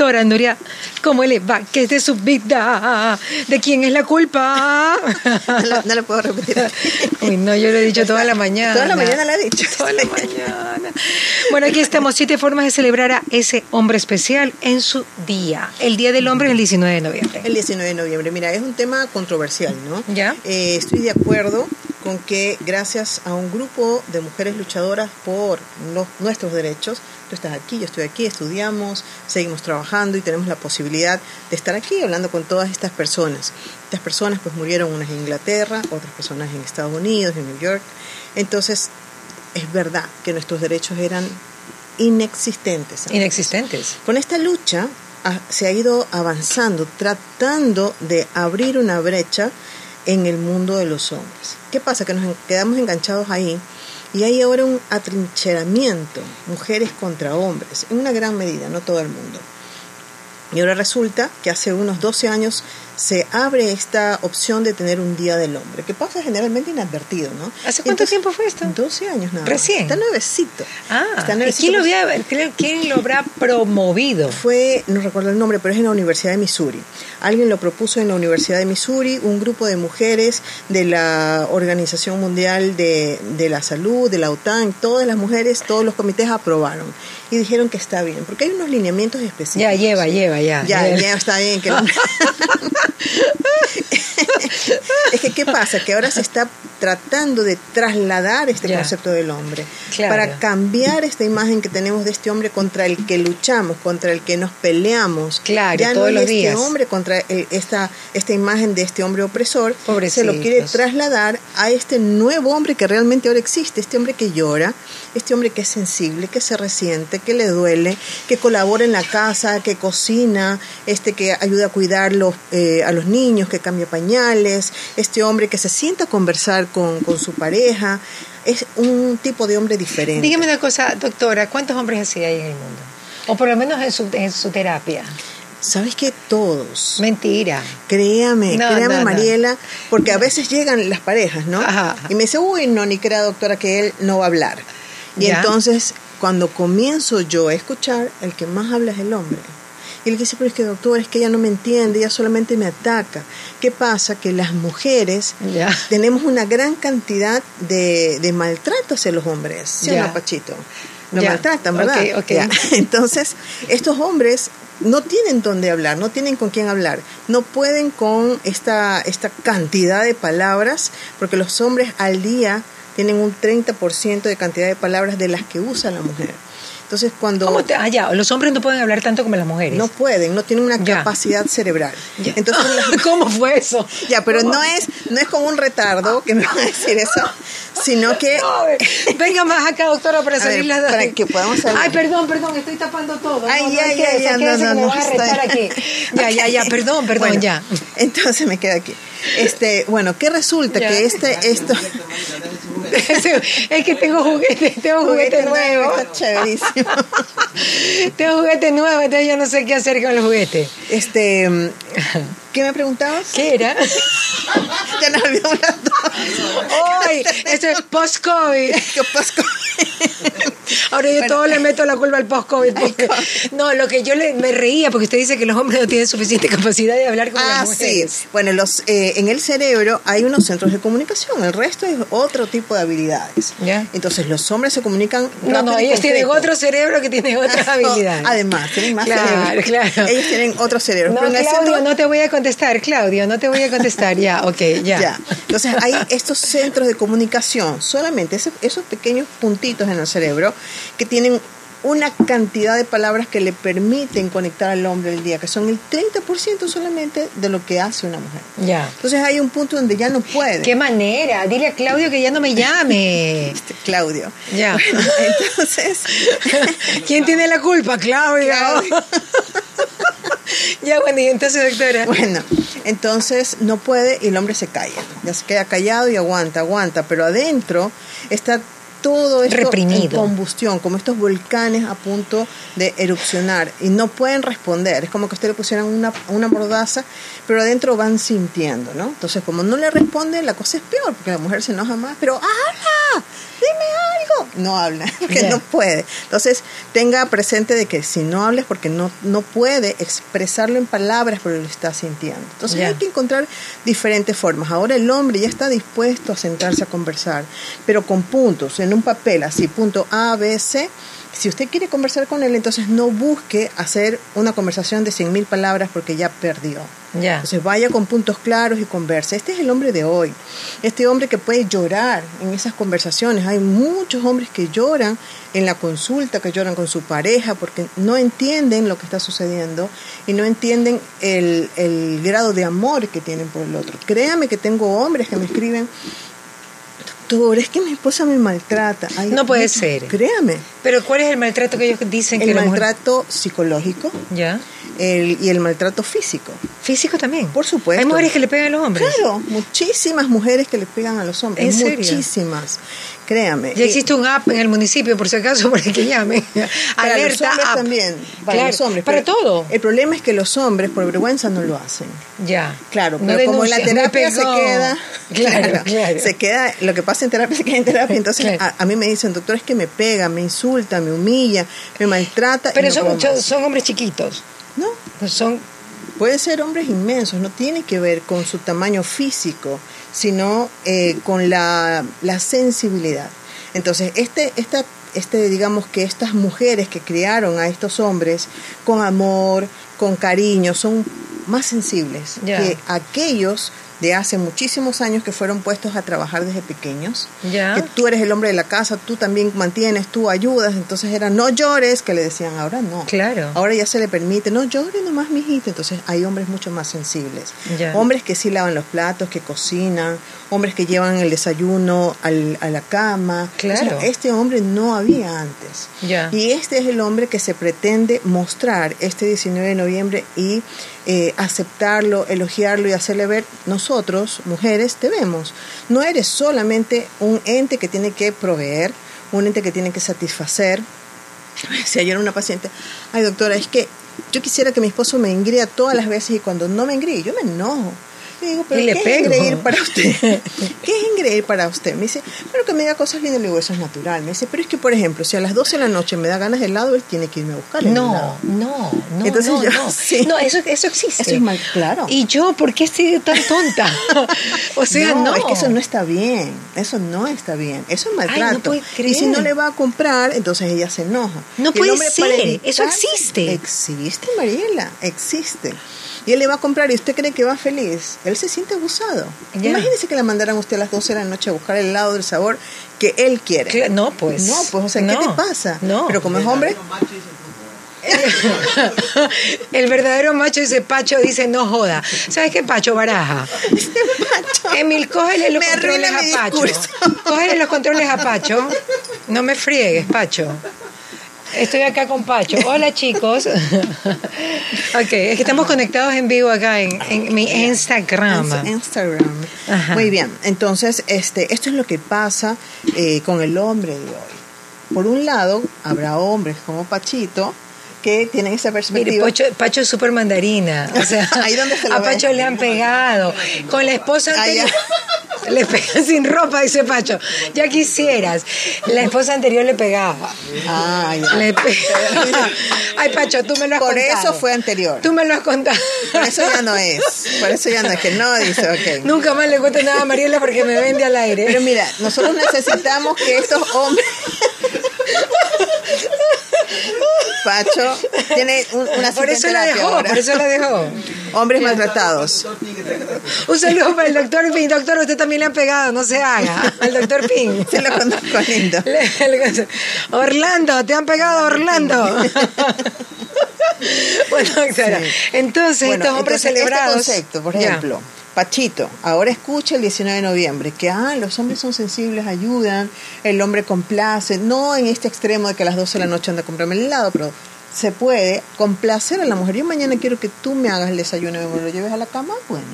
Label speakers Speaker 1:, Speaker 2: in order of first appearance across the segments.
Speaker 1: Ahora, Nuria, ¿cómo le va? ¿Qué es de su vida? ¿De quién es la culpa?
Speaker 2: No lo, no lo puedo repetir.
Speaker 1: Uy, no, yo lo he dicho toda la mañana.
Speaker 2: Toda la mañana la he dicho.
Speaker 1: Toda la mañana. Bueno, aquí estamos. Siete formas de celebrar a ese hombre especial en su día. El Día del Hombre es el 19 de noviembre.
Speaker 2: El 19 de noviembre. Mira, es un tema controversial, ¿no?
Speaker 1: Ya.
Speaker 2: Eh, estoy de acuerdo con que gracias a un grupo de mujeres luchadoras por no- nuestros derechos, tú estás aquí, yo estoy aquí, estudiamos, seguimos trabajando y tenemos la posibilidad de estar aquí hablando con todas estas personas. Estas personas pues murieron unas en Inglaterra, otras personas en Estados Unidos, en New York. Entonces, es verdad que nuestros derechos eran inexistentes. antes.
Speaker 1: Inexistentes.
Speaker 2: Con esta lucha ah, se ha ido avanzando, tratando de abrir una brecha en el mundo de los hombres. ¿Qué pasa? Que nos en- quedamos enganchados ahí y hay ahora un atrincheramiento, mujeres contra hombres, en una gran medida, no todo el mundo. Y ahora resulta que hace unos 12 años se abre esta opción de tener un Día del Hombre, que pasa generalmente inadvertido, ¿no?
Speaker 1: ¿Hace cuánto tiempo fue esto?
Speaker 2: 12 años nada más.
Speaker 1: Recién.
Speaker 2: Está nuevecito.
Speaker 1: Ah,
Speaker 2: Está
Speaker 1: ¿y
Speaker 2: nuevecito
Speaker 1: quién lo, había- quién lo habrá promovido?
Speaker 2: fue, no recuerdo el nombre, pero es en la Universidad de Missouri. Alguien lo propuso en la Universidad de Missouri, un grupo de mujeres de la Organización Mundial de, de la Salud, de la OTAN, todas las mujeres, todos los comités aprobaron y dijeron que está bien, porque hay unos lineamientos específicos.
Speaker 1: Ya, lleva, lleva, ya. eh.
Speaker 2: Ya,
Speaker 1: lleva.
Speaker 2: ya está bien. Que es que, ¿qué pasa? Que ahora se está tratando de trasladar este
Speaker 1: Ya.
Speaker 2: concepto del hombre
Speaker 1: Claro.
Speaker 2: para cambiar esta imagen que tenemos de este hombre contra el que luchamos, contra el que nos peleamos.
Speaker 1: Claro,
Speaker 2: ya
Speaker 1: todos
Speaker 2: no
Speaker 1: los
Speaker 2: es
Speaker 1: días.
Speaker 2: este hombre contra el- esta, esta imagen de este hombre opresor. Se lo quiere
Speaker 1: Pobrecitos.
Speaker 2: trasladar a este nuevo hombre que realmente ahora existe, este hombre que llora, este hombre que es sensible, que se resiente, que le duele, que colabora en la casa, que cocina, este que ayuda a cuidar los, eh, a los niños, que cambia pañales, este hombre que se sienta a conversar con, con su pareja. Es un tipo de hombre diferente.
Speaker 1: Dígame una cosa, doctora, ¿cuántos hombres así hay en el mundo? O por lo menos en su, en su terapia.
Speaker 2: ¿Sabes que Todos.
Speaker 1: Mentira.
Speaker 2: Créame,
Speaker 1: No,
Speaker 2: créame
Speaker 1: no, no.
Speaker 2: Mariela, porque a veces llegan las parejas, ¿no?
Speaker 1: Ajá.
Speaker 2: Y me dice, uy, no, ni crea doctora que él no va a hablar. Y
Speaker 1: Ya.
Speaker 2: entonces, cuando comienzo yo a escuchar, el que más habla es el hombre. Y el que dice, pero es que doctora, es que ella no me entiende, ella solamente me ataca. ¿Qué pasa? Que las mujeres
Speaker 1: Ya.
Speaker 2: tenemos una gran cantidad de, de maltrato hacia los hombres. ¿Sí o
Speaker 1: Ya.
Speaker 2: no, Pachito? Nos
Speaker 1: Ya.
Speaker 2: maltratan, ¿verdad?
Speaker 1: Ok, ok.
Speaker 2: Ya. Entonces, estos hombres no tienen dónde hablar, no tienen con quién hablar, no pueden con esta, esta cantidad de palabras, porque los hombres al día tienen un 30% de cantidad de palabras de las que usa la mujer. Entonces, cuando...
Speaker 1: ¿Cómo te- ah, ya, los hombres no pueden hablar tanto como las mujeres.
Speaker 2: No pueden, no tienen una
Speaker 1: Ya.
Speaker 2: capacidad cerebral.
Speaker 1: Ya.
Speaker 2: Entonces, las
Speaker 1: ¿Cómo fue eso?
Speaker 2: ya, pero no es, no es como un retardo que me van a decir eso, sino que
Speaker 1: No, a ver, Venga más acá, doctora, para
Speaker 2: A
Speaker 1: salir
Speaker 2: ver,
Speaker 1: las
Speaker 2: para que podamos salir.
Speaker 1: Ay, perdón, perdón, estoy tapando todo.
Speaker 2: Ay,
Speaker 1: no, no,
Speaker 2: ya, ya,
Speaker 1: quédese,
Speaker 2: ya, no,
Speaker 1: quédese
Speaker 2: no,
Speaker 1: que me
Speaker 2: no,
Speaker 1: van a arrestar
Speaker 2: estoy-
Speaker 1: aquí. Ya, ya, ya, perdón, perdón,
Speaker 2: Bueno,
Speaker 1: ya.
Speaker 2: Entonces me quedo aquí. Este, bueno, ¿qué resulta
Speaker 1: Ya.
Speaker 2: que este esto
Speaker 1: es que tengo juguete, tengo juguete, nuevo.
Speaker 2: Está chéverísimo.
Speaker 1: tengo juguete nuevo, entonces yo no sé qué hacer con el juguete.
Speaker 2: Este, mm, ¿qué me preguntabas?
Speaker 1: ¿Qué era?
Speaker 2: Ya nos habíamos hablado.
Speaker 1: Hoy, esto es post-COVID.
Speaker 2: ¿Qué pasó?
Speaker 1: Ahora yo todo le meto la culpa al post-COVID. porque- No, lo que yo le- me reía, porque usted dice que los hombres no tienen suficiente capacidad de hablar con
Speaker 2: Ah,
Speaker 1: las mujeres.
Speaker 2: sí. Bueno, los, eh, en el cerebro hay unos centros de comunicación, el resto es otro tipo de habilidades.
Speaker 1: Ya.
Speaker 2: Entonces los hombres se comunican.
Speaker 1: No, no,
Speaker 2: rápido y
Speaker 1: ellos tienen
Speaker 2: concreto.
Speaker 1: otro cerebro que tiene otras
Speaker 2: No,
Speaker 1: habilidades.
Speaker 2: Además, tienen más
Speaker 1: Claro,
Speaker 2: cerebro.
Speaker 1: claro.
Speaker 2: Ellos tienen otro cerebro.
Speaker 1: No,
Speaker 2: pero en el centro-
Speaker 1: Claudio, no te voy a contestar, Claudio, no te voy a contestar. Ya, ok, ya.
Speaker 2: Ya. Entonces hay estos centros de comunicación, solamente ese- esos pequeños puntitos en el cerebro que tienen una cantidad de palabras que le permiten conectar al hombre del día, que son el 30% solamente de lo que hace una mujer.
Speaker 1: Ya.
Speaker 2: Entonces hay un punto donde ya no puede.
Speaker 1: ¿Qué manera? Dile a Claudio que ya no me llame.
Speaker 2: Este, Claudio.
Speaker 1: Ya.
Speaker 2: Bueno, entonces,
Speaker 1: ¿Quién tiene la culpa? Claudio.
Speaker 2: Claudio.
Speaker 1: ya, bueno, y entonces, doctora.
Speaker 2: bueno, entonces no puede y el hombre se calla. Ya se queda callado y aguanta, aguanta, pero adentro está todo esto
Speaker 1: Reprimido.
Speaker 2: en combustión, como estos volcanes a punto de erupcionar y no pueden responder. Es como que a usted le pusieran una, una mordaza, pero adentro van sintiendo, ¿no? Entonces, como no le responde, la cosa es peor, porque la mujer se enoja más, pero ¡habla! ¡Dime algo, no habla, porque
Speaker 1: Ya.
Speaker 2: no puede. Entonces, tenga presente de que si no hablas porque no, no puede expresarlo en palabras, pero lo está sintiendo. Entonces,
Speaker 1: Ya.
Speaker 2: hay que encontrar diferentes formas. Ahora el hombre ya está dispuesto a sentarse a conversar, pero con puntos, en un papel así, punto A, B, C. Si usted quiere conversar con él, entonces no busque hacer una conversación de 100.000 palabras porque ya perdió.
Speaker 1: Ya.
Speaker 2: Entonces vaya con puntos claros y converse. Este es el hombre de hoy. Este hombre que puede llorar en esas conversaciones. Hay muchos hombres que lloran en la consulta, que lloran con su pareja, porque no entienden lo que está sucediendo y no entienden el, el grado de amor que tienen por el otro. Créame que tengo hombres que me escriben, doctor, es que mi esposa me maltrata. Ay,
Speaker 1: No puede
Speaker 2: muchas-
Speaker 1: ser.
Speaker 2: Créame.
Speaker 1: Pero ¿cuál es el maltrato que ellos dicen que
Speaker 2: El
Speaker 1: la mujer-
Speaker 2: maltrato psicológico
Speaker 1: Ya.
Speaker 2: el- y el maltrato físico.
Speaker 1: Físico también.
Speaker 2: Por supuesto.
Speaker 1: Hay mujeres que le pegan a los hombres.
Speaker 2: Claro, muchísimas mujeres que le pegan a los hombres.
Speaker 1: ¿En serio?
Speaker 2: Muchísimas. Créame.
Speaker 1: Ya
Speaker 2: Y
Speaker 1: existe un app en el municipio, por si acaso, para que llamen.
Speaker 2: para los
Speaker 1: Alerta
Speaker 2: hombres
Speaker 1: app.
Speaker 2: también. Para
Speaker 1: Claro,
Speaker 2: los hombres.
Speaker 1: Para
Speaker 2: pero
Speaker 1: todo.
Speaker 2: El problema es que los hombres, por vergüenza, no lo hacen.
Speaker 1: Ya.
Speaker 2: Claro,
Speaker 1: No
Speaker 2: pero como la
Speaker 1: denuncias, me
Speaker 2: terapia se
Speaker 1: pegó.
Speaker 2: queda.
Speaker 1: Claro, claro.
Speaker 2: Se queda. Lo que pasa en terapia se queda en terapia. Entonces,
Speaker 1: Claro.
Speaker 2: a, a mí me dicen, doctor, es que me pega, me insulta, me humilla, me maltrata. y
Speaker 1: Pero
Speaker 2: no
Speaker 1: son,
Speaker 2: puedo
Speaker 1: son,
Speaker 2: más".
Speaker 1: son hombres chiquitos.
Speaker 2: No,
Speaker 1: Son.
Speaker 2: Pueden ser hombres inmensos, no tiene que ver con su tamaño físico, sino eh, con la, la sensibilidad. Entonces, este, esta, este, digamos que estas mujeres que criaron a estos hombres con amor, con cariño, son más sensibles
Speaker 1: Ya.
Speaker 2: que aquellos de hace muchísimos años que fueron puestos a trabajar desde pequeños,
Speaker 1: Ya.
Speaker 2: que tú eres el hombre de la casa, tú también mantienes, tú ayudas, entonces era no llores, que le decían ahora no.
Speaker 1: Claro.
Speaker 2: Ahora ya se le permite, no llore nomás, mijito. Entonces hay hombres mucho más sensibles.
Speaker 1: Ya.
Speaker 2: Hombres que sí lavan los platos, que cocinan, hombres que llevan el desayuno al- a la cama.
Speaker 1: Claro.
Speaker 2: O sea, este hombre no había antes.
Speaker 1: Ya.
Speaker 2: Y este es el hombre que se pretende mostrar este 19 de noviembre y eh, aceptarlo, elogiarlo y hacerle ver, nosotros, mujeres, te vemos. No eres solamente un ente que tiene que proveer, un ente que tiene que satisfacer, se ayer una paciente, ay doctora, es que yo quisiera que mi esposo me engría todas las veces y cuando no me engríe, yo me enojo. Y digo, pero
Speaker 1: Y le
Speaker 2: ¿qué
Speaker 1: pego.
Speaker 2: es engreír para usted? ¿Qué es engreír para usted? Me dice, pero que me diga cosas lindas, le digo, eso es natural. Me dice, pero es que, por ejemplo, si a las 12 de la noche me da ganas de helado, él tiene que irme a buscar el helado.
Speaker 1: No, no, no.
Speaker 2: Entonces
Speaker 1: no,
Speaker 2: yo-
Speaker 1: no.
Speaker 2: sí.
Speaker 1: No, eso, eso existe.
Speaker 2: Eso es mal, claro.
Speaker 1: ¿Y yo por qué estoy tan tonta? o sea, no.
Speaker 2: es que eso no está bien. Eso no está bien. Eso es maltrato.
Speaker 1: puedo
Speaker 2: Y si
Speaker 1: creer.
Speaker 2: no le va a comprar, entonces ella se enoja.
Speaker 1: No
Speaker 2: Y el
Speaker 1: puede
Speaker 2: hombre para
Speaker 1: ser,
Speaker 2: evitar-
Speaker 1: eso existe.
Speaker 2: Existe, Mariela. Existe. Y él le va a comprar y usted cree que va feliz. Él se siente abusado.
Speaker 1: Ya.
Speaker 2: Imagínese que la mandaran a usted a las 12 de la noche a buscar el helado del sabor que él quiere.
Speaker 1: Cla- No, pues.
Speaker 2: No, pues, o sea, ¿qué
Speaker 1: no,
Speaker 2: te pasa?
Speaker 1: No.
Speaker 2: Pero como es hombre,
Speaker 1: El verdadero macho dice, Pacho dice, no joda. ¿Sabes qué, Pacho? Baraja.
Speaker 2: este macho.
Speaker 1: Emil, cógele los
Speaker 2: Me arruina
Speaker 1: controles
Speaker 2: mi
Speaker 1: a Pacho.
Speaker 2: discurso.
Speaker 1: Cógele los controles a Pacho. No me friegues, Pacho. Estoy acá con Pacho. Hola, chicos. ok, es que estamos conectados en vivo acá en, en mi
Speaker 2: Insta-
Speaker 1: Instagram.
Speaker 2: Instagram.
Speaker 1: Ajá.
Speaker 2: Muy bien. Entonces, este, esto es lo que pasa eh, con el hombre de hoy. Por un lado, habrá hombres como Pachito que tienen esa
Speaker 1: Mire,
Speaker 2: perspectiva.
Speaker 1: Pacho, Pacho es súper mandarina. O sea,
Speaker 2: Ahí donde se lo
Speaker 1: a
Speaker 2: ve.
Speaker 1: Pacho le han pegado. Con la esposa
Speaker 2: Ah, ya.
Speaker 1: anterior. Le pegan sin ropa, dice Pacho. Ya quisieras. La esposa anterior le pegaba.
Speaker 2: Ah, ya.
Speaker 1: Le pe- Ay, Pacho, tú me lo has
Speaker 2: Por
Speaker 1: contado.
Speaker 2: eso fue anterior.
Speaker 1: Tú me lo has contado.
Speaker 2: Por eso ya no es. Por eso ya no es que no dice, ok.
Speaker 1: Nunca más le cuento nada a Mariela porque me vende al aire.
Speaker 2: Pero mira, nosotros necesitamos que estos hombres. Pacho tiene un- una
Speaker 1: por eso la
Speaker 2: psicoterapia
Speaker 1: dejó,
Speaker 2: ahora.
Speaker 1: por eso la dejó.
Speaker 2: Hombres maltratados.
Speaker 1: Un saludo para el doctor Pin. Doctor, usted también le ha pegado, no se haga. Al doctor Pin.
Speaker 2: Se lo conozco lindo.
Speaker 1: Le- le- Orlando, te han pegado Orlando. bueno, doctora, entonces
Speaker 2: Bueno,
Speaker 1: estos hombres
Speaker 2: entonces, este
Speaker 1: celebrados.
Speaker 2: concepto, por
Speaker 1: Ya.
Speaker 2: ejemplo, Pachito, ahora escucha el 19 de noviembre que ah, los hombres son sensibles, ayudan, el hombre complace, no en este extremo de que a las 12 de la noche anda a comprarme el helado, pero se puede complacer a la mujer. Yo mañana quiero que tú me hagas el desayuno y me lo lleves a la cama. Bueno,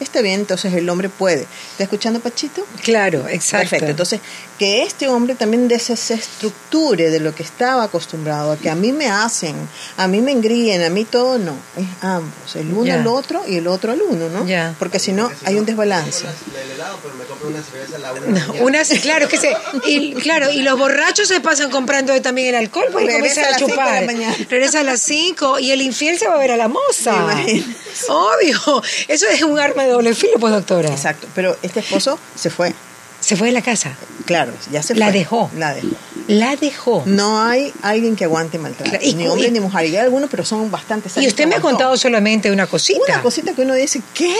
Speaker 2: está bien, entonces el hombre puede. ¿Está escuchando, Pachito?
Speaker 1: Claro, exacto.
Speaker 2: Perfecto. Entonces, que este hombre también desestructure de lo que estaba acostumbrado, a que a mí me hacen, a mí me engríen, a mí todo, no. Es ambos, el uno
Speaker 1: Ya.
Speaker 2: al otro y el otro al uno, ¿no?
Speaker 1: Ya.
Speaker 2: Porque si no, hay un desbalance.
Speaker 3: El helado, pero me compro una cerveza a la una. de la mañana.
Speaker 1: Unas, claro, que se, y, claro, y los borrachos se pasan comprando también el alcohol porque
Speaker 2: Regresa
Speaker 1: comienzan
Speaker 2: a
Speaker 1: a
Speaker 2: las cinco de la
Speaker 1: chupar.
Speaker 2: mañana.
Speaker 1: Regresa a las 5 y el infiel se va a ver a la moza.
Speaker 2: Me imagino.
Speaker 1: Obvio. Eso es un arma de doble filo, pues, doctora.
Speaker 2: Exacto. Pero este esposo se fue.
Speaker 1: Se fue de la casa.
Speaker 2: Claro, ya se
Speaker 1: La
Speaker 2: fue.
Speaker 1: dejó.
Speaker 2: La dejó.
Speaker 1: La dejó.
Speaker 2: No hay alguien que aguante maltrato.
Speaker 1: Claro, y
Speaker 2: ni
Speaker 1: cu-
Speaker 2: hombre
Speaker 1: y-
Speaker 2: ni mujer. Y hay algunos, pero son bastantes.
Speaker 1: Y usted me ha contado solamente una cosita.
Speaker 2: una cosita que uno dice, ¿qué?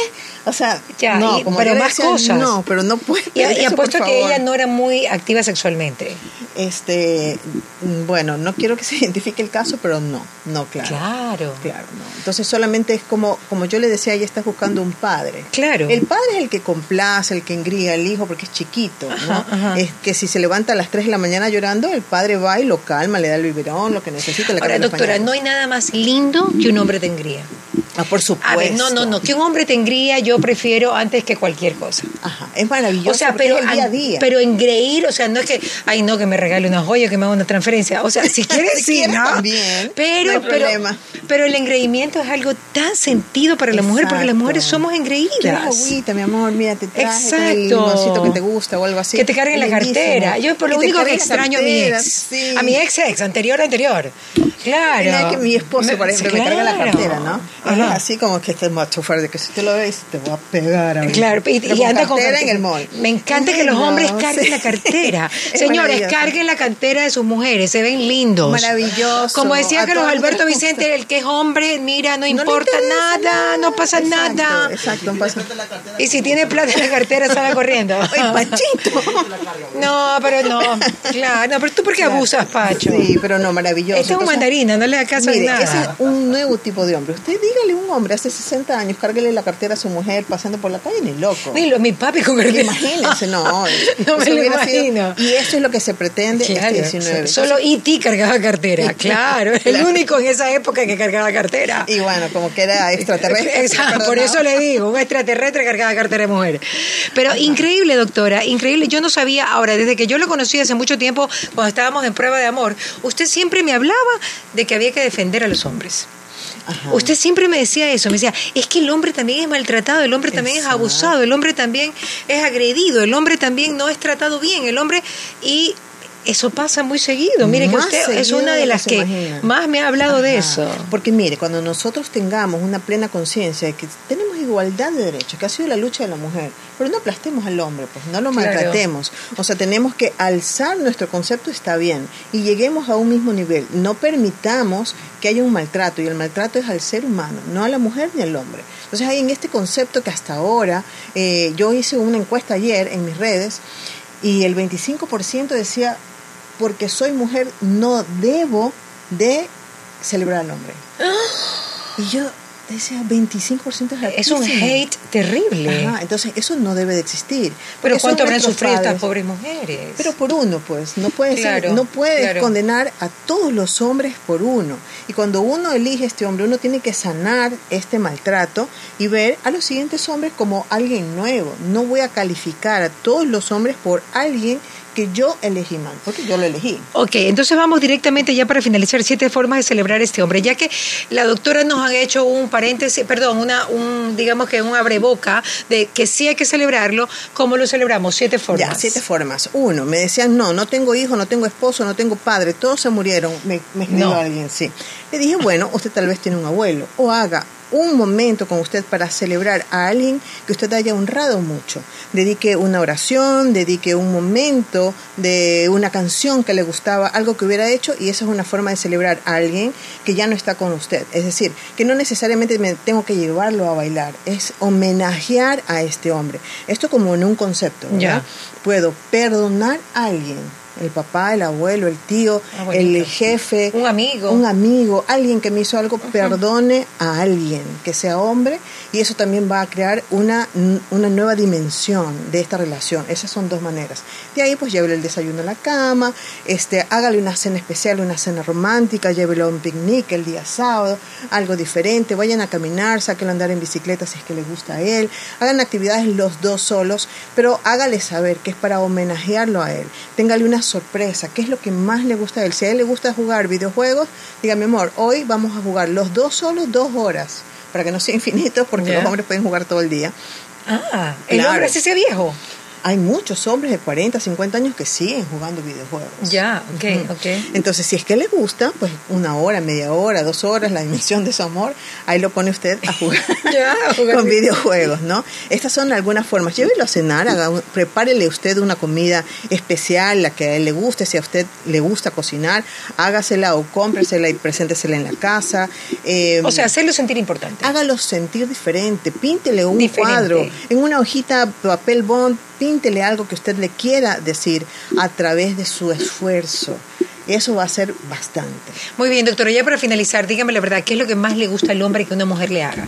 Speaker 2: O sea,
Speaker 1: Ya,
Speaker 2: no,
Speaker 1: y-
Speaker 2: como
Speaker 1: pero
Speaker 2: yo le
Speaker 1: más
Speaker 2: decía,
Speaker 1: cosas.
Speaker 2: No, pero no puede.
Speaker 1: Y, y
Speaker 2: eso, por
Speaker 1: apuesto que
Speaker 2: favor.
Speaker 1: ella no era muy activa sexualmente.
Speaker 2: Este, mm, bueno, no quiero que se identifique el caso, pero no, no, claro.
Speaker 1: Claro.
Speaker 2: Claro, no. Entonces solamente es como, como yo le decía, ella estás buscando un padre.
Speaker 1: Claro.
Speaker 2: El padre es el que complace, el que engría al hijo porque es chiquito, ¿no?
Speaker 1: Ajá, ajá.
Speaker 2: Es que si se levanta a las 3 de la mañana llorando, el padre va y lo calma, le da el biberón, lo que necesita, le
Speaker 1: Ahora,
Speaker 2: cambia los
Speaker 1: doctora,
Speaker 2: pañales.
Speaker 1: no hay nada más lindo que un hombre te engría.
Speaker 2: Ah, por supuesto.
Speaker 1: A ver, no, no, no. Que un hombre te engría yo prefiero antes que cualquier cosa.
Speaker 2: Ajá, es maravilloso.
Speaker 1: o sea,
Speaker 2: porque
Speaker 1: pero,
Speaker 2: es el día a
Speaker 1: an-
Speaker 2: día.
Speaker 1: pero engreír, o sea, no es que, ay, no, que me regale una joya, que me haga una transferencia. O sea, si quieres,
Speaker 2: Si
Speaker 1: sí,
Speaker 2: quieres,
Speaker 1: ¿no?
Speaker 2: también.
Speaker 1: Pero,
Speaker 2: No hay
Speaker 1: pero,
Speaker 2: problema.
Speaker 1: pero el engreimiento es algo tan sentido para la mujer, porque las
Speaker 2: Exacto.
Speaker 1: mujeres somos
Speaker 2: ¿Quieres
Speaker 1: engreídas.
Speaker 2: agüita, mi amor, mira, te traje
Speaker 1: Exacto.
Speaker 2: el limoncito que te gusta o algo así.
Speaker 1: Que te carguen la
Speaker 2: Lindísimo.
Speaker 1: cartera. Yo por lo
Speaker 2: te
Speaker 1: único que
Speaker 2: carguen la
Speaker 1: extraño a mi
Speaker 2: cartera,
Speaker 1: ex.
Speaker 2: sí.
Speaker 1: A mi ex ex, anterior, anterior. Claro.
Speaker 2: Mira que mi esposo,
Speaker 1: Me-
Speaker 2: por ejemplo, me
Speaker 1: claro.
Speaker 2: carga la cartera, ¿no? Él
Speaker 1: Ajá.
Speaker 2: es así como que este macho fuerte, que si te lo ves, te voy a pegar. a mí.
Speaker 1: Claro, y,
Speaker 2: Pero
Speaker 1: y anda con
Speaker 2: cartera
Speaker 1: carte-
Speaker 2: en el mall.
Speaker 1: Me encanta que los
Speaker 2: No,
Speaker 1: hombres carguen
Speaker 2: sí.
Speaker 1: la cartera.
Speaker 2: Es
Speaker 1: Señores,
Speaker 2: maravilloso.
Speaker 1: carguen la cartera de sus mujeres, se ven lindos.
Speaker 2: Maravilloso.
Speaker 1: Como decía
Speaker 2: A
Speaker 1: Carlos
Speaker 2: todas
Speaker 1: Alberto
Speaker 2: les gusta.
Speaker 1: Vicente, el que es hombre, mira, no
Speaker 2: No le
Speaker 1: importa
Speaker 2: interesa
Speaker 1: nada, no pasa
Speaker 2: Exacto,
Speaker 1: nada.
Speaker 2: Exacto, no pasa
Speaker 3: Suelta la cartera.
Speaker 1: Y si tiene plata en la cartera, sale corriendo.
Speaker 2: Oye, Pachito.
Speaker 1: no, pero no. Claro, no, pero tú porque abusas, Pacho.
Speaker 2: Sí, pero no, maravilloso.
Speaker 1: Este es un
Speaker 2: Entonces,
Speaker 1: mandarina, no le da caso a
Speaker 2: Mire,
Speaker 1: nada.
Speaker 2: ese es un nuevo tipo de hombre. Usted dígale a un hombre hace 60 años, cárguele la cartera a su mujer pasando por la calle, ni loco.
Speaker 1: Ni lo- mi papi con cartera.
Speaker 2: Imagínense, no.
Speaker 1: no me
Speaker 2: eso
Speaker 1: lo
Speaker 2: hubiera sido-
Speaker 1: imagino.
Speaker 2: y eso es lo que se pretende
Speaker 1: Claro,
Speaker 2: este 19.
Speaker 1: Solo E.T. cargaba cartera, claro. El
Speaker 2: Claro.
Speaker 1: único en esa época que cargaba cartera.
Speaker 2: Y bueno, como que era extraterrestre.
Speaker 1: Exacto, por eso le digo, un extraterrestre cargada cartera de mujer. Pero increíble, doctora, increíble. Yo no sabía, ahora, desde que yo lo conocí hace mucho tiempo, cuando estábamos en prueba de amor, usted siempre me hablaba de que había que defender a los hombres.
Speaker 2: Ajá.
Speaker 1: Usted siempre me decía eso, me decía, es que el hombre también es maltratado, el hombre también
Speaker 2: Exacto.
Speaker 1: es abusado, el hombre también es agredido, el hombre también no es tratado bien, el hombre y eso pasa muy seguido. Mire que
Speaker 2: Más
Speaker 1: usted es
Speaker 2: seguido
Speaker 1: una
Speaker 2: de
Speaker 1: de
Speaker 2: lo
Speaker 1: las
Speaker 2: que
Speaker 1: que
Speaker 2: se imagina.
Speaker 1: más me ha hablado de
Speaker 2: Ajá.
Speaker 1: eso.
Speaker 2: Porque mire, cuando nosotros tengamos una plena conciencia de que tenemos igualdad de derechos, que ha sido la lucha de la mujer, pero no aplastemos al hombre, pues no lo
Speaker 1: Claro.
Speaker 2: maltratemos. O sea, tenemos que alzar nuestro concepto, está bien, y lleguemos a un mismo nivel. No permitamos que haya un maltrato, y el maltrato es al ser humano, no a la mujer ni al hombre. Entonces hay en este concepto que hasta ahora, eh, yo hice una encuesta ayer en mis redes, y el 25% decía, porque soy mujer, no debo de celebrar al hombre. Y yo decía, 25% es
Speaker 1: Es un
Speaker 2: altísimo.
Speaker 1: hate terrible.
Speaker 2: Ajá, entonces eso no debe de existir. Porque
Speaker 1: Pero
Speaker 2: son
Speaker 1: cuánto habrán
Speaker 2: nuestros
Speaker 1: sufrido estas
Speaker 2: padres.
Speaker 1: pobres mujeres.
Speaker 2: Pero por uno, pues, no puedes, ser-
Speaker 1: Claro,
Speaker 2: no puedes
Speaker 1: claro.
Speaker 2: condenar a todos los hombres por uno. Y cuando uno elige este hombre, uno tiene que sanar este maltrato y ver a los siguientes hombres como alguien nuevo. No voy a calificar a todos los hombres por alguien que yo elegí mal, porque yo lo elegí.
Speaker 1: Ok, entonces vamos directamente ya para finalizar siete formas de celebrar este hombre, ya que la doctora nos ha hecho un paréntesis, perdón, una, un, digamos que un abreboca de que sí hay que celebrarlo, ¿cómo lo celebramos? Siete formas.
Speaker 2: Ya, siete formas. Uno, me decían, no, no tengo hijo, no tengo esposo, no tengo padre, todos se murieron, me, me escribió
Speaker 1: No.
Speaker 2: alguien, sí. Le dije, bueno, usted tal vez tiene un abuelo, o haga un momento con usted para celebrar a alguien que usted haya honrado mucho. Dedique una oración, dedique un momento de una canción que le gustaba, algo que hubiera hecho, y esa es una forma de celebrar a alguien que ya no está con usted. Es decir, que no necesariamente me tengo que llevarlo a bailar, es homenajear a este hombre. Esto como en un concepto, ¿verdad?
Speaker 1: Ya.
Speaker 2: puedo perdonar a alguien El papá, el abuelo, el tío,
Speaker 1: Abuelito.
Speaker 2: el jefe.
Speaker 1: Un amigo.
Speaker 2: Un amigo, alguien que me hizo algo, perdone a alguien, que sea hombre. Y eso también va a crear una, una nueva dimensión de esta relación. Esas son dos maneras. De ahí, pues llévele el desayuno a la cama, este, hágale una cena especial, una cena romántica, llévelo a un picnic el día sábado, algo diferente. Vayan a caminar, sáquenlo a andar en bicicleta si es que le gusta a él. Hagan actividades los dos solos, pero hágale saber que es para homenajearlo a él. Téngale una sorpresa, qué es lo que más le gusta a él. Si a él le gusta jugar videojuegos, diga, mi amor, hoy vamos a jugar los dos solos dos horas, para que no sea infinito, porque
Speaker 1: Ya.
Speaker 2: los hombres pueden jugar todo el día.
Speaker 1: Ah, el
Speaker 2: Claro.
Speaker 1: hombre es ese viejo.
Speaker 2: Hay muchos hombres de 40, 50 años que siguen jugando videojuegos.
Speaker 1: Ya, ok,
Speaker 2: Ujú.
Speaker 1: ok.
Speaker 2: Entonces, si es que le gusta, pues una hora, media hora, dos horas, la dimensión de su amor, ahí lo pone usted a jugar,
Speaker 1: Ya, a jugar
Speaker 2: con
Speaker 1: video-
Speaker 2: videojuegos, ¿no? Estas son algunas formas. Llévelo a cenar, haga un- prepárele usted una comida especial, la que a él le guste, si a usted le gusta cocinar, hágasela o cómpresela y preséntesela en la casa. Eh,
Speaker 1: O sea, hacerlo sentir importante.
Speaker 2: Hágalo sentir diferente, píntele un
Speaker 1: Diferente.
Speaker 2: cuadro, en una hojita papel bond, píntele algo que usted le quiera decir a través de su esfuerzo. Eso va a ser bastante.
Speaker 1: Muy bien, doctora, ya para finalizar, dígame la verdad, ¿qué es lo que más le gusta al hombre que una mujer le haga?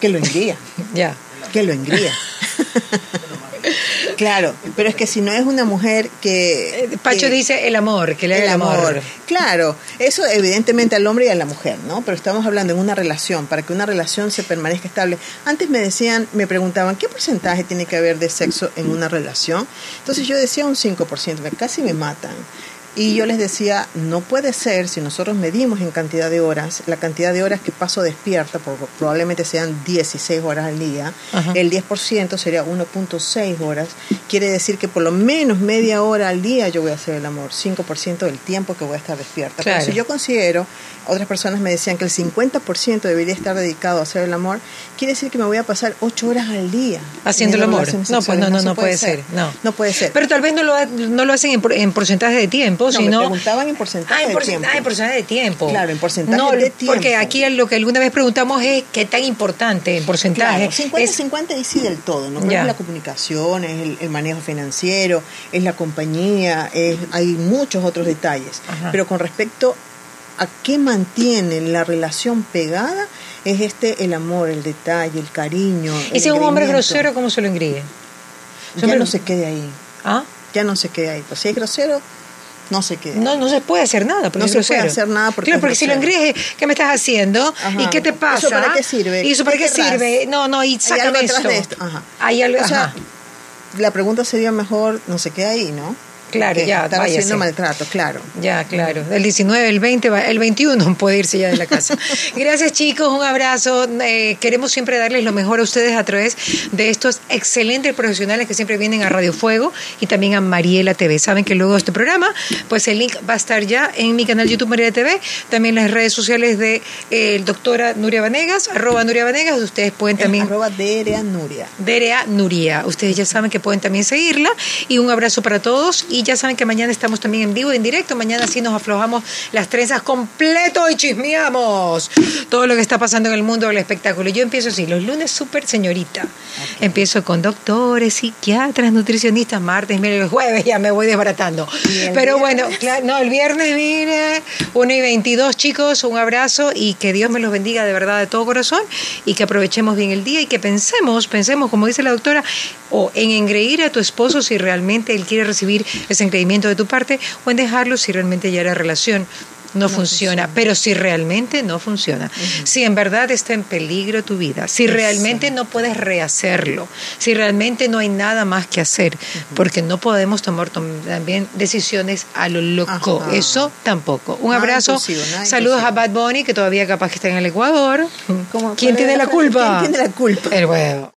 Speaker 2: Que lo engría,
Speaker 1: Ya.
Speaker 2: que lo engría. claro, pero es que si no es una mujer que...
Speaker 1: Eh, Pacho
Speaker 2: que-
Speaker 1: dice el amor, que le haga
Speaker 2: El amor. Claro, eso evidentemente al hombre y a la mujer, ¿no? Pero estamos hablando en una relación, para que una relación se permanezca estable. Antes me decían, me preguntaban, ¿qué porcentaje tiene que haber de sexo en una relación? Entonces yo decía un 5%, me- casi me matan. Y yo les decía, no puede ser, si nosotros medimos en cantidad de horas, la cantidad de horas que paso despierta, por- probablemente sean 16 horas al día,
Speaker 1: Ajá.
Speaker 2: el 10% sería 1.6 horas, quiere decir que por lo menos media hora al día yo voy a hacer el amor, 5% del tiempo que voy a estar despierta. Pero
Speaker 1: Claro.
Speaker 2: si yo considero, otras personas me decían que el 50% debería estar dedicado a hacer el amor, quiere decir que me voy a pasar 8 horas al día.
Speaker 1: Haciendo el
Speaker 2: teniendo
Speaker 1: amor.
Speaker 2: relaciones
Speaker 1: No, pues
Speaker 2: sexuales.
Speaker 1: no, no,
Speaker 2: se
Speaker 1: no puede ser. No.
Speaker 2: No puede ser.
Speaker 1: Pero tal vez no lo, ha- no lo hacen en, por- en porcentaje de tiempo,
Speaker 2: No, me
Speaker 1: sino.
Speaker 2: preguntaban en porcentaje
Speaker 1: Ah, en
Speaker 2: de
Speaker 1: porcent-
Speaker 2: tiempo.
Speaker 1: ah, en porcentaje de tiempo.
Speaker 2: Claro, en porcentaje
Speaker 1: No,
Speaker 2: de
Speaker 1: Porque
Speaker 2: tiempo.
Speaker 1: aquí lo que alguna vez preguntamos es qué tan importante en porcentaje.
Speaker 2: Claro, 50
Speaker 1: es-
Speaker 2: 50 y sí del todo, ¿no?
Speaker 1: Ya.
Speaker 2: Es la comunicación, es el, el manejo financiero, es la compañía, es- hay muchos otros detalles.
Speaker 1: Ajá.
Speaker 2: Pero con respecto a qué mantiene la relación pegada, es este el amor, el detalle, el cariño. el
Speaker 1: Ese es un hombre
Speaker 2: engreimiento.
Speaker 1: grosero, ¿cómo se lo engríe?
Speaker 2: Ya
Speaker 1: hombre-
Speaker 2: no se quede ahí,
Speaker 1: ¿Ah?
Speaker 2: ya no se quede ahí. Pues si es grosero, no se quede.
Speaker 1: No, no se puede hacer nada. Porque
Speaker 2: No
Speaker 1: es
Speaker 2: se puede
Speaker 1: grosero.
Speaker 2: hacer nada porque
Speaker 1: Claro,
Speaker 2: es
Speaker 1: porque si lo
Speaker 2: grosero.
Speaker 1: engríes, ¿qué me estás haciendo?
Speaker 2: Ajá.
Speaker 1: ¿Y qué te
Speaker 2: ¿Eso
Speaker 1: pasa?
Speaker 2: para qué sirve?
Speaker 1: ¿Y eso para qué,
Speaker 2: ¿Qué querrás?
Speaker 1: sirve? No, no, y
Speaker 2: Hay algo
Speaker 1: sácame
Speaker 2: atrás
Speaker 1: eso.
Speaker 2: de esto. Ajá.
Speaker 1: Hay algo,
Speaker 2: O sea,
Speaker 1: ajá.
Speaker 2: la pregunta sería mejor, no se queda ahí, ¿no?
Speaker 1: Claro,
Speaker 2: Que
Speaker 1: ya,
Speaker 2: Estar
Speaker 1: váyase.
Speaker 2: haciendo maltrato, claro.
Speaker 1: Ya, claro. El 19, el 20, va- el 21 puede irse ya de la casa. Gracias chicos, un abrazo. Eh, queremos siempre darles lo mejor a ustedes a través de estos excelentes profesionales que siempre vienen a Radio Fuego y también a Mariela TV. Saben que luego de este programa, pues el link va a estar ya en mi canal YouTube Mariela TV, también las redes sociales de eh, doctora Nuria Vanegas, arroba Nuria Vanegas, ustedes pueden
Speaker 2: También.
Speaker 1: también...
Speaker 2: Arroba Derea Nuria.
Speaker 1: Derea Nuria. Ustedes ya saben que pueden también seguirla. Y un abrazo para todos. Y ya saben que mañana estamos también en vivo y en directo. Mañana sí nos aflojamos las trenzas completo y chismeamos todo lo que está pasando en el mundo del espectáculo. Yo empiezo así, los lunes súper señorita. Empiezo con doctores, psiquiatras, nutricionistas, martes, mire, el jueves ya me voy desbaratando.
Speaker 2: el
Speaker 1: Pero
Speaker 2: viernes?
Speaker 1: bueno, cla- no, el viernes, mire, 1 y 22, chicos, un abrazo y que Dios me los bendiga de verdad de todo corazón y que aprovechemos bien el día y que pensemos, pensemos, como dice la doctora, o en engreír a tu esposo si realmente él quiere recibir ese engreimiento de tu parte o en dejarlo si realmente ya la relación no, funciona. Pero si realmente no funciona, si en verdad está en peligro tu vida, si realmente no puedes rehacerlo, si realmente no hay nada más que hacer, porque no podemos tomar tom- también decisiones a lo loco.
Speaker 2: Ajá.
Speaker 1: Eso tampoco. Un
Speaker 2: Nada
Speaker 1: abrazo.
Speaker 2: impulsivo, nada
Speaker 1: Saludos a
Speaker 2: impulsivo.
Speaker 1: Bad Bunny, que todavía capaz que está en el Ecuador.
Speaker 2: ¿Cómo-
Speaker 1: ¿Quién
Speaker 2: cuál
Speaker 1: tiene
Speaker 2: era
Speaker 1: la
Speaker 2: la frase?
Speaker 1: culpa?
Speaker 2: ¿Quién tiene la culpa?
Speaker 1: El huevo.